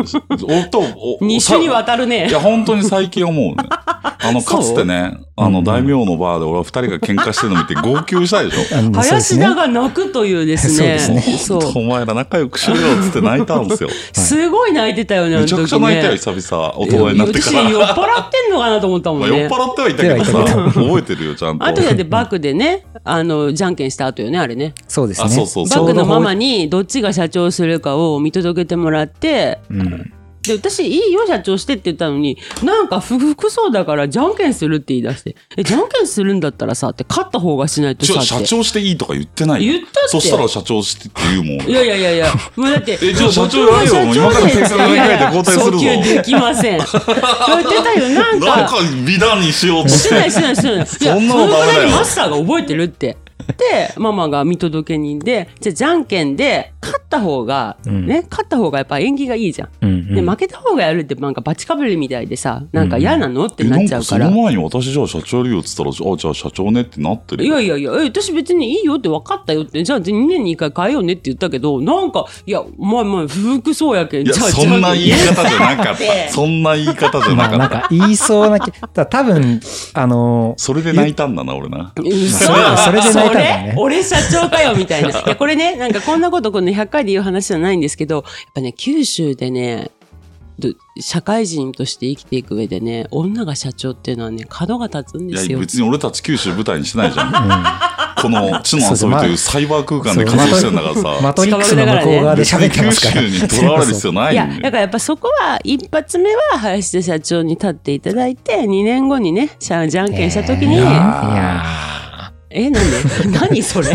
Speaker 3: おと、お、
Speaker 1: 2週にわたる
Speaker 3: い
Speaker 1: ね
Speaker 3: や、本当に最近 思うね。あの、
Speaker 1: そう
Speaker 3: かつてね、あの、大名のバーで俺は二人が喧嘩してるの見て号泣したでしょ。
Speaker 2: あのそうです
Speaker 1: 林
Speaker 2: ね
Speaker 1: 田が泣くという ですね
Speaker 2: そうで
Speaker 1: そう
Speaker 3: 本当お前ら仲良くしろよっつって泣いたんで すよ。
Speaker 1: すごい泣いてたよねあの
Speaker 3: めち
Speaker 1: 時
Speaker 3: ゃ
Speaker 1: ね
Speaker 3: くちゃ泣いたよ、久々。大人になってか
Speaker 1: いや私酔
Speaker 3: ら。
Speaker 1: っ払ってんのかなと思ったも
Speaker 3: ま
Speaker 1: ん
Speaker 3: あ、酔
Speaker 1: ね
Speaker 3: っ。払ってはいたけどさ、覚えてるよ、ちゃんと。
Speaker 1: あとだってバクでね、あの、じゃんけんした後よね、あれね。
Speaker 2: そうです
Speaker 3: あ
Speaker 2: ね。
Speaker 3: そうそう
Speaker 1: バ
Speaker 3: そう
Speaker 1: クのママ
Speaker 2: に。
Speaker 1: にどっちが社長するかを見届けてもらって、
Speaker 2: うん。
Speaker 1: で、私、いいよ、社長してって言ったのに、なんか不服そうだから、じゃんけんするって言い出して、え、じゃんけんするんだったらさ、って、勝った方がしないと
Speaker 3: ち
Speaker 1: さっ
Speaker 3: ょ
Speaker 1: て。
Speaker 3: 社長していいとか言ってないよ
Speaker 1: 言ったって
Speaker 3: そしたら社長してって言うもん。
Speaker 1: いやいやいやいや、もうだって、
Speaker 3: えじゃあ社長やれよ
Speaker 1: 僕
Speaker 3: もう今
Speaker 1: は
Speaker 3: か
Speaker 1: 社
Speaker 3: ら
Speaker 1: 長です
Speaker 3: 定額以外で交代するぞ
Speaker 1: いやいや早急できません。そう言ってたよ、なん
Speaker 3: なん
Speaker 1: か
Speaker 3: か。美談にしようとし
Speaker 1: してな
Speaker 3: て
Speaker 1: い。してないしてない。
Speaker 3: そんなの
Speaker 1: いやその
Speaker 3: ダメだよ
Speaker 1: ぐらいマスターが覚えてるって。で、ママが見届け人で、じゃあじゃんけんで、勝った方が、
Speaker 2: うん
Speaker 1: ね、勝った方がやっぱ縁起がいいじゃん。
Speaker 2: うん、うん。
Speaker 1: で、負けた方がやるって、なんかバチかぶりみたいでさ、なんか嫌なのって
Speaker 3: え
Speaker 1: な
Speaker 3: な
Speaker 1: っ
Speaker 3: ん
Speaker 1: ちゃ
Speaker 3: か
Speaker 1: うか
Speaker 3: そ
Speaker 1: ら
Speaker 3: の。前に私じゃあ社長やるよっつったら、あ、じゃあ社長ねってなってる
Speaker 1: い
Speaker 3: よ。
Speaker 1: やいやいや、え私別にいいよって分かったよって、じゃあ2年に1回変えようねって言ったけど、なんか、いや、まあまあ、不服そうやけん。
Speaker 3: いや、
Speaker 1: じゃあ
Speaker 3: そんな言い方じゃなかっ
Speaker 1: じゃあじゃあ
Speaker 3: た。そんな言い方じゃな
Speaker 2: まあ
Speaker 3: か
Speaker 2: なん
Speaker 3: った。
Speaker 2: か言い そうな気、た多分あの、
Speaker 3: それで泣いたんだな、俺な。
Speaker 1: 嘘
Speaker 2: それそれで泣いたれたの
Speaker 1: 俺
Speaker 2: ね
Speaker 1: 俺社長かよみたいな。いや、これね、なんかこんなことこの100回で言う話じゃないんですけど、やっぱね、九州でね、ど社会人として生きていく上でね、女が社長っていうのはね、角が立つんで
Speaker 3: い
Speaker 1: すよ
Speaker 3: や、。別に俺たち九州舞台にしてないじゃん。
Speaker 2: う
Speaker 3: この地の遊びというサイバー空間で活動してんだから
Speaker 2: ん。マ
Speaker 3: さ。
Speaker 2: トリックスの向こう側で喋ってますから。
Speaker 3: 別に九州にと らわれる必要ないい
Speaker 1: や
Speaker 3: ん
Speaker 1: だ
Speaker 3: で
Speaker 1: からやっぱそこは一発目は林田社長に立っていただいて2年後にねじゃんじゃんけんした時に
Speaker 2: い
Speaker 1: 「え
Speaker 2: や
Speaker 3: ー
Speaker 2: いや
Speaker 1: なんで 何それ?」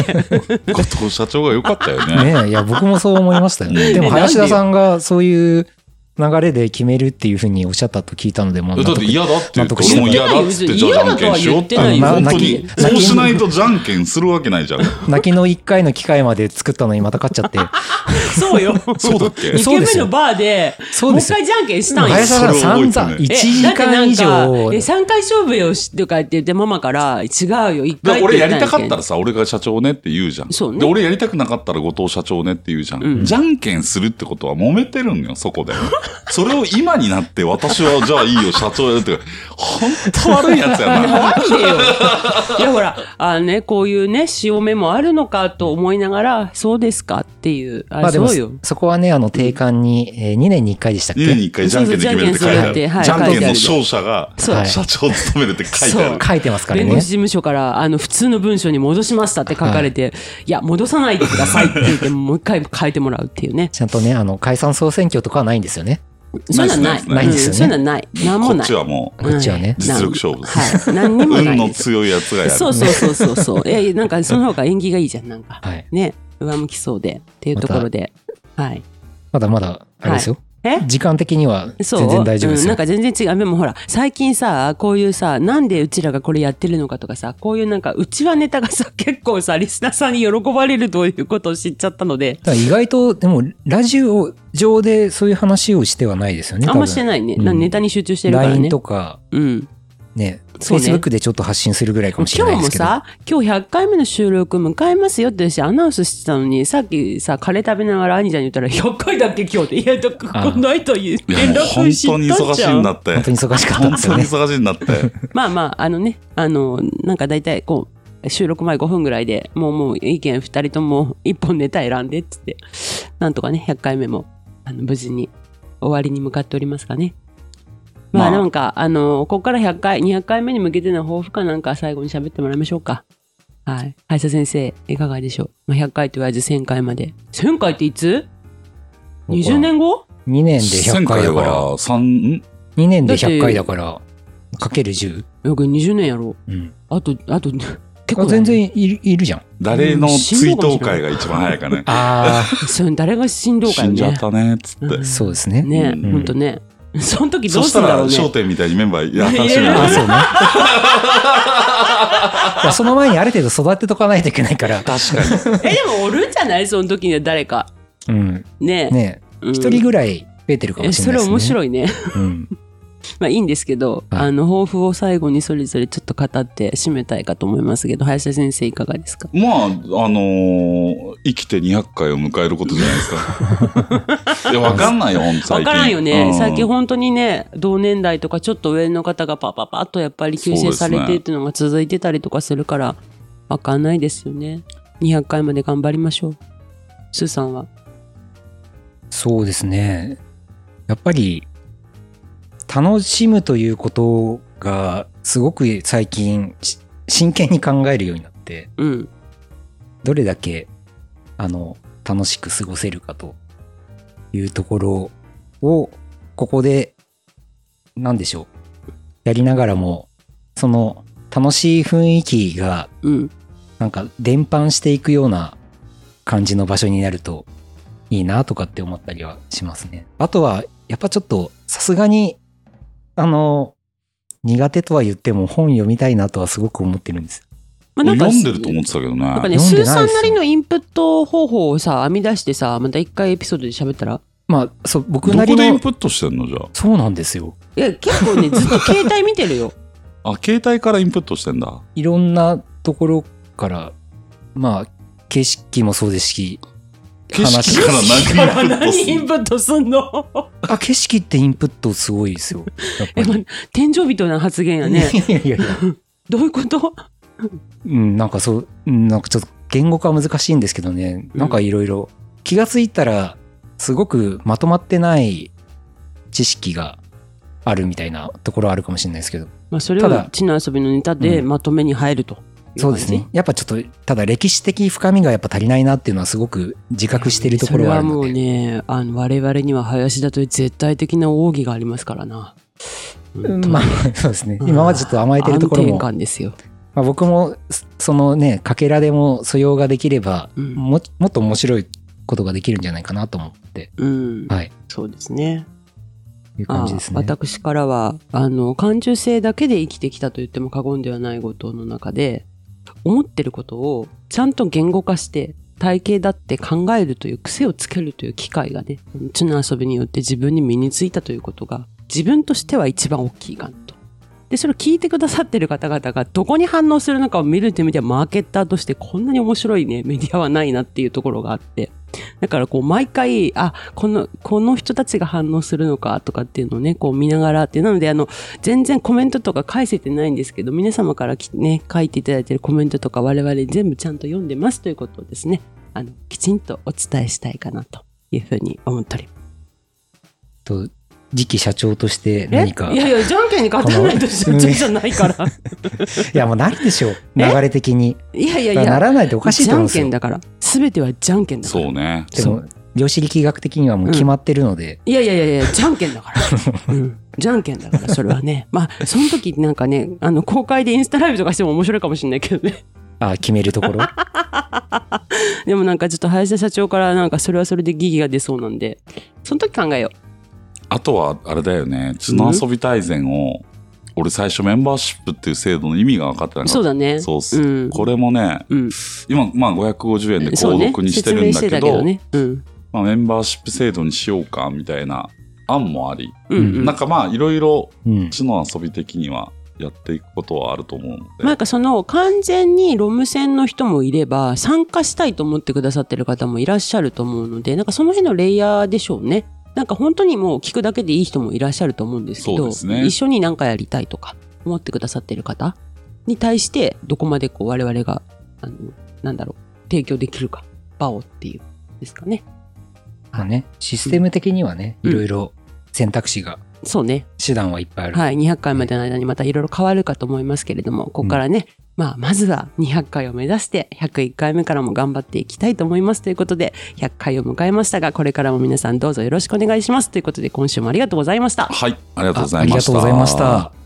Speaker 3: 後藤社長が良かったよね。
Speaker 2: ねえいや、僕もそう思いましたよね。でも、林田さんがそういう流れで決めるっていうふうにおっしゃったと聞いたので、もう納
Speaker 3: だっ
Speaker 2: 得
Speaker 3: て嫌だって言
Speaker 2: 納
Speaker 3: って、
Speaker 2: 得し
Speaker 3: 俺
Speaker 2: た
Speaker 3: も嫌だって言って、じゃあじゃんけんしようって言ったのに
Speaker 2: 嫌だ
Speaker 3: 本
Speaker 2: と
Speaker 3: 当
Speaker 2: は言って
Speaker 3: に
Speaker 2: ないよ。
Speaker 3: そうしないとじゃんけんするわけないじゃん。
Speaker 2: 泣きの1回の機会まで作ったのにまた勝っちゃって。
Speaker 1: そうよ
Speaker 3: そうだっけ
Speaker 1: イ
Speaker 2: そう
Speaker 1: ケメ
Speaker 2: で
Speaker 1: ン
Speaker 2: すよ
Speaker 1: のバーで
Speaker 2: そう
Speaker 1: もう
Speaker 2: で
Speaker 1: 一
Speaker 2: すよ
Speaker 1: 回じゃんけんしたんよ
Speaker 2: 林田さん
Speaker 3: それを覚えて
Speaker 2: 散
Speaker 3: な
Speaker 2: 々
Speaker 1: えだってな
Speaker 2: 1時
Speaker 3: い
Speaker 2: 間以
Speaker 1: んか
Speaker 2: 上
Speaker 1: え3回勝負よしとかって言ってママから違うよ1回
Speaker 3: だから
Speaker 1: って
Speaker 3: 俺
Speaker 1: 言
Speaker 3: や
Speaker 1: っ
Speaker 3: り
Speaker 1: たんや
Speaker 3: たか
Speaker 1: け
Speaker 3: っ
Speaker 1: ん
Speaker 3: たらさ、俺が社長ねって言うじゃん。
Speaker 1: そうね
Speaker 3: で、俺やりたくなかったら後藤社長ねって言うじゃん。
Speaker 1: うん
Speaker 3: じゃんけんするってことは揉めてるんよ、そこで。 それを今になって私はじゃあいいよ、社長やるって。本当悪いやつやな。
Speaker 1: なんでよいやほらあのねこういうね潮目もあるのかと思いながらそうですかっていうあ、
Speaker 2: まあでも
Speaker 1: そうよ
Speaker 2: そこはね、あの定款に、えー2年に1回でしたっ
Speaker 3: 2年
Speaker 2: け
Speaker 3: に1回じゃんけんで決めるって書いてある。
Speaker 1: そう
Speaker 3: じゃ
Speaker 1: そ
Speaker 3: ん
Speaker 1: う
Speaker 3: けんの
Speaker 1: そう
Speaker 3: 勝者が
Speaker 1: そう
Speaker 3: 社長を務めるって書いてあ
Speaker 1: そう
Speaker 3: る。
Speaker 2: 書いてますから
Speaker 1: 弁護
Speaker 2: ね
Speaker 1: 士事。務所から、あの、普通の文章に戻しましたって書かれて、い、や、戻さないでくださいって言って、もう一回書いてもらうっていうね。
Speaker 2: ちゃんとね、あの、解散総選挙とかは ないんですよね。
Speaker 1: そういうのはない。
Speaker 3: ない
Speaker 2: です
Speaker 1: う
Speaker 2: ね
Speaker 1: んそういうのはない。なんも
Speaker 3: こっ
Speaker 1: ない
Speaker 3: ち。はもう、
Speaker 2: こっちはね
Speaker 1: うん
Speaker 3: 実力勝負です
Speaker 1: はい。何にもない。
Speaker 3: 運の強いやつがやる。
Speaker 1: そうそうそうそうそう。え、なんかその方が縁起がいいじゃん、なんか。
Speaker 2: はい。
Speaker 1: ね。上向きそうで。っていうところで。はい。
Speaker 2: まだまだ、あれですよ。
Speaker 1: え
Speaker 2: 時間的には
Speaker 1: そう
Speaker 2: 全然大丈夫で
Speaker 1: う
Speaker 2: す
Speaker 1: ん、な
Speaker 2: よ
Speaker 1: ん。か全然違う。でもほら、最近さ、こういうさ、なんでうちらがこれやってるのかとかさ、こういうなんか、うちはネタがさ、 結構さ、リスナーさんに喜ばれるということを知っちゃったので、
Speaker 2: だから意外と、でも、ラジオ上でそういう話をしてはないですよね。
Speaker 1: あんまして
Speaker 2: い
Speaker 1: ないね。
Speaker 2: うん
Speaker 1: なんかネタに集中してるから
Speaker 2: LINE
Speaker 1: ね。
Speaker 2: とか、
Speaker 1: うん。
Speaker 2: ね、
Speaker 1: そうね
Speaker 2: Facebook でちょっと発信するぐらいかもしれ
Speaker 1: 今
Speaker 2: な
Speaker 1: 日
Speaker 2: いで
Speaker 1: も
Speaker 2: すけど。
Speaker 1: さ、今日100回目の収録迎えますよって私アナウンスしてたのに、さっきさ、カレー食べながら兄ちゃんに言ったら、100回だっけ今日で。いや、だこ
Speaker 2: あ
Speaker 1: ないと言う。
Speaker 3: いや、
Speaker 1: 連
Speaker 3: もう
Speaker 1: 絡
Speaker 3: 本
Speaker 1: し
Speaker 3: 当に
Speaker 1: た
Speaker 3: 忙
Speaker 1: じ
Speaker 3: し
Speaker 1: ゃ
Speaker 3: いんだ
Speaker 1: ん。
Speaker 3: って
Speaker 2: 本。当に忙しかったん
Speaker 3: 本
Speaker 2: ですよ
Speaker 3: 当に
Speaker 2: ね。
Speaker 3: 忙しいん だって。
Speaker 1: まあまあ、あのね、あの、なんか大体こう、収録前5分ぐらいでもうもう意見2人とも1本ネタ選んでっつって、なんとかね、100回目もあの無事に終わりに向かっておりますかね。まあ
Speaker 3: まあ
Speaker 1: なんか、あの、ここから100回、200回目に向けての抱負かなんか最後に喋ってもらいましょうか。はい。林田先生、いかがでしょう、まあ、?100 回と言わず1000回まで。1000回っていつ ?20 年後
Speaker 2: 2年で
Speaker 3: 前
Speaker 2: 100回
Speaker 3: 回
Speaker 2: だから、
Speaker 3: は3、ん
Speaker 2: 2年
Speaker 1: だ
Speaker 2: で
Speaker 1: って
Speaker 2: 100回だから、かける10。
Speaker 1: よく20年やろ
Speaker 2: うん。
Speaker 1: う。あと、あと、 結構だね
Speaker 2: 全然いるいるじゃん。
Speaker 3: 誰の追悼会が一番早いかね。
Speaker 2: あ
Speaker 1: そう誰が振動
Speaker 3: 死
Speaker 1: 会
Speaker 3: ん
Speaker 1: ね
Speaker 3: じゃったね、つって。
Speaker 2: あ、そうですね。
Speaker 1: ね、
Speaker 3: うん
Speaker 1: ほんとね。 その時ど
Speaker 3: そうし
Speaker 1: す
Speaker 3: た
Speaker 1: るんだ
Speaker 3: ら、
Speaker 1: ろうね。
Speaker 3: 焦点みたいにメンバーやったし
Speaker 1: いや
Speaker 2: あそうね。 いやその前にある程度育てとかないといけないから。
Speaker 3: 確かに。
Speaker 1: え、でもおるんじゃないその時には誰か。
Speaker 2: うん。
Speaker 1: ねえ。
Speaker 2: ね
Speaker 1: うん
Speaker 2: 一、人ぐらい増えてるかも
Speaker 1: え
Speaker 2: し
Speaker 1: そ
Speaker 2: れ
Speaker 1: れ
Speaker 2: ないですね。
Speaker 1: 面白いね。
Speaker 2: うん。
Speaker 1: まあいいんですけど、
Speaker 2: はい
Speaker 1: あの、抱負を最後にそれぞれちょっと語って締めたいかと思いますけど、林田先生いかがですか
Speaker 3: まあ、あのー生きて200回を迎えることじゃな いですか。いや、わかんないよ、ほんと
Speaker 1: わ
Speaker 3: 最近。
Speaker 1: からんよね、
Speaker 3: うん
Speaker 1: 最近本当にね、同年代とかちょっと上の方がパパパッとやっぱり吸
Speaker 3: そう
Speaker 1: 収
Speaker 3: です
Speaker 1: さ
Speaker 3: ね
Speaker 1: れてっていうのが続いてたりとかするから、わかんないですよね。200回まで頑張りましょう。スーさんは。
Speaker 2: そうですね。やっぱり、楽しむということが、すごく最近、し真剣に考えるようになって、
Speaker 1: うん。
Speaker 2: どれだけ、あの、楽しく過ごせるかというところを、ここで、なんでしょう。やりながらも、その、楽しい雰囲気が、
Speaker 1: うん。
Speaker 2: なんか、伝播していくような感じの場所になると、いいなとかって思ったりはしますね。あとは、やっぱちょっと、さすがに、あの、苦手とは言っても本読みたいなとはすごく思ってるんです。
Speaker 1: まあ
Speaker 3: 俺読んでると思ってたけど
Speaker 1: なんか
Speaker 3: ね。
Speaker 1: ね、スー
Speaker 2: 読んでな
Speaker 1: さ
Speaker 2: いっすよ
Speaker 1: んなりのインプット方法をさ、編み出してさ、また一回エピソードで喋ったら。
Speaker 2: まあ、そう、
Speaker 3: ど
Speaker 2: 僕なり
Speaker 3: こでイン
Speaker 2: の、
Speaker 3: プットしてんのじゃ
Speaker 2: そうなんですよ。
Speaker 1: いや、結 構ね、ずっと携帯見てるよ。
Speaker 3: あ。あ、携帯からインプットしてんだ。
Speaker 2: いろんなところから、まあ、景色もそうですし、
Speaker 3: 景色
Speaker 2: 話
Speaker 3: から何インプットす
Speaker 1: 何イ
Speaker 3: ん
Speaker 1: ンプットすんの
Speaker 2: あ、景色ってインプットす ごいですよ。やっぱ
Speaker 1: え、ま
Speaker 2: り。
Speaker 1: 天井人な発言やね。
Speaker 2: いやいやいや。
Speaker 1: どういうこと
Speaker 2: うん、なんかそう、うんなんかちょっと言語化は難しいんですけどね、
Speaker 1: うん
Speaker 2: なんかいろいろ気がついたら、すごくまとまってない知識があるみたいなところはあるかもしれないですけど、
Speaker 1: まあ、それ
Speaker 2: た
Speaker 1: は
Speaker 2: だ
Speaker 1: 地の遊びのネタで
Speaker 2: う
Speaker 1: まとめに入るとい
Speaker 2: そう
Speaker 1: 感
Speaker 2: で
Speaker 1: じ
Speaker 2: すね。やっぱちょっと、ただ歴史的深みがやっぱ足りないなっていうのはすごく自覚してるところはあるの
Speaker 1: それはもう
Speaker 2: で。
Speaker 1: ねあの我々には林田という絶対的な奥義がありますからな、
Speaker 2: うんまあ、 そうですね。
Speaker 1: うん
Speaker 2: 今までちょっと甘えてるところ
Speaker 1: 安定
Speaker 2: も、
Speaker 1: 感ですよ、
Speaker 2: まあ、僕も、そそのね、かけらでも素養ができれば、
Speaker 1: うん
Speaker 2: も、もっと面白いことができるんじゃないかなと思って、
Speaker 1: うん
Speaker 2: はい、
Speaker 1: そうですね
Speaker 2: いう感じですね。
Speaker 1: あ私からはあの感受性だけで生きてきたと言っても過言ではないことの中で思ってることをちゃんと言語化して体系だって考えるという癖をつけるという機会がね地の遊びによって自分に身についたということが自分としては一番大きいかなと。でそれを聞いてくださってる方々がどこに反応するのかを見るという意味ではマーケッターとしてこんなに面白いねメディアはないなっていうところがあってだからこう毎回、あ、この、この人たちが反応するのかとかっていうのをね、こう見ながらって、なのであの、全然コメントとか返せてないんですけど、皆様からきね、書いていただいてるコメントとか我々全部ちゃんと読んでますということをですね、あの、きちんとお伝えしたいかなというふうに思っております。
Speaker 2: と次期社長として何か
Speaker 1: えい
Speaker 2: いや
Speaker 1: やいや、じゃんけんに勝たないと社長じゃない から。
Speaker 2: もうなるで しょう
Speaker 1: え
Speaker 2: 流れ的に
Speaker 1: いやいやい
Speaker 2: だから
Speaker 1: や、
Speaker 2: ならないとおかしい
Speaker 1: じ
Speaker 2: と
Speaker 1: ゃ
Speaker 2: 思うん
Speaker 1: ん
Speaker 2: です
Speaker 1: けん
Speaker 2: よ
Speaker 1: だから。すべてはじゃんけんだから。
Speaker 3: そうね。
Speaker 2: でも量子力学的にはもう決まってるので、
Speaker 1: いやいやいやいや、じゃんけんだ から。うん。じゃんけんだから、それはね。まあ、その時なんかね、あの、公開でインスタライブとかしても面白いかもしれないけどね。
Speaker 2: あ決めるところ
Speaker 1: でもなんかちょっと林田社長からなんかそれはそれで疑義が出そうなんで、その時考えよ
Speaker 3: あとは、あれだよね。血の遊び大全を、俺最初メンバーシップっていう制度の意味が分かってなかっ
Speaker 1: う。
Speaker 3: た。
Speaker 1: そうだね。
Speaker 3: そうっす。
Speaker 1: うん。
Speaker 3: これもね、
Speaker 1: うん。
Speaker 3: 今、まあ550円で
Speaker 1: そう
Speaker 3: 購
Speaker 1: ね
Speaker 3: 読にしてるんだけ
Speaker 1: 説明
Speaker 3: ど、
Speaker 1: してたけどね。
Speaker 3: まあ、メンバーシップ制度にしようか、みたいな案もあり、
Speaker 1: うん。うん、うん。
Speaker 3: なんかまあ、いろいろ、
Speaker 2: うん
Speaker 3: 血の遊び的にはやっていくことはあると思うので。
Speaker 1: なんかその完全にロム線の人もいれば参加したいと思ってくださってる方もいらっしゃると思うのでなんかその辺のレイヤーでしょうねなんか本当にもう聞くだけでいい人もいらっしゃると思うんですけ
Speaker 3: そう
Speaker 1: ど
Speaker 3: ですね
Speaker 1: 一緒に何かやりたいとか思ってくださってる方に対してどこまでこう我々があのなんだろう提供できるか場をっていうですかね
Speaker 2: まあねシステム的にはね、
Speaker 1: うん
Speaker 2: いろいろ選択肢が
Speaker 1: そうね
Speaker 2: 手段はいっぱいある、
Speaker 1: はい、200回までの間にまたいろいろ変わるかと思いますけれども、ここからね、まあ、まずは200回を目指して、101回目からも頑張っていきたいと思いますということで、100回を迎えましたが、これからも皆さんどうぞよろしくお願いしますということで、今週もありがとうございました。
Speaker 3: はい、ありがとうござ
Speaker 2: あ
Speaker 3: い
Speaker 2: り
Speaker 3: ま
Speaker 2: が
Speaker 3: した。
Speaker 2: とうございました。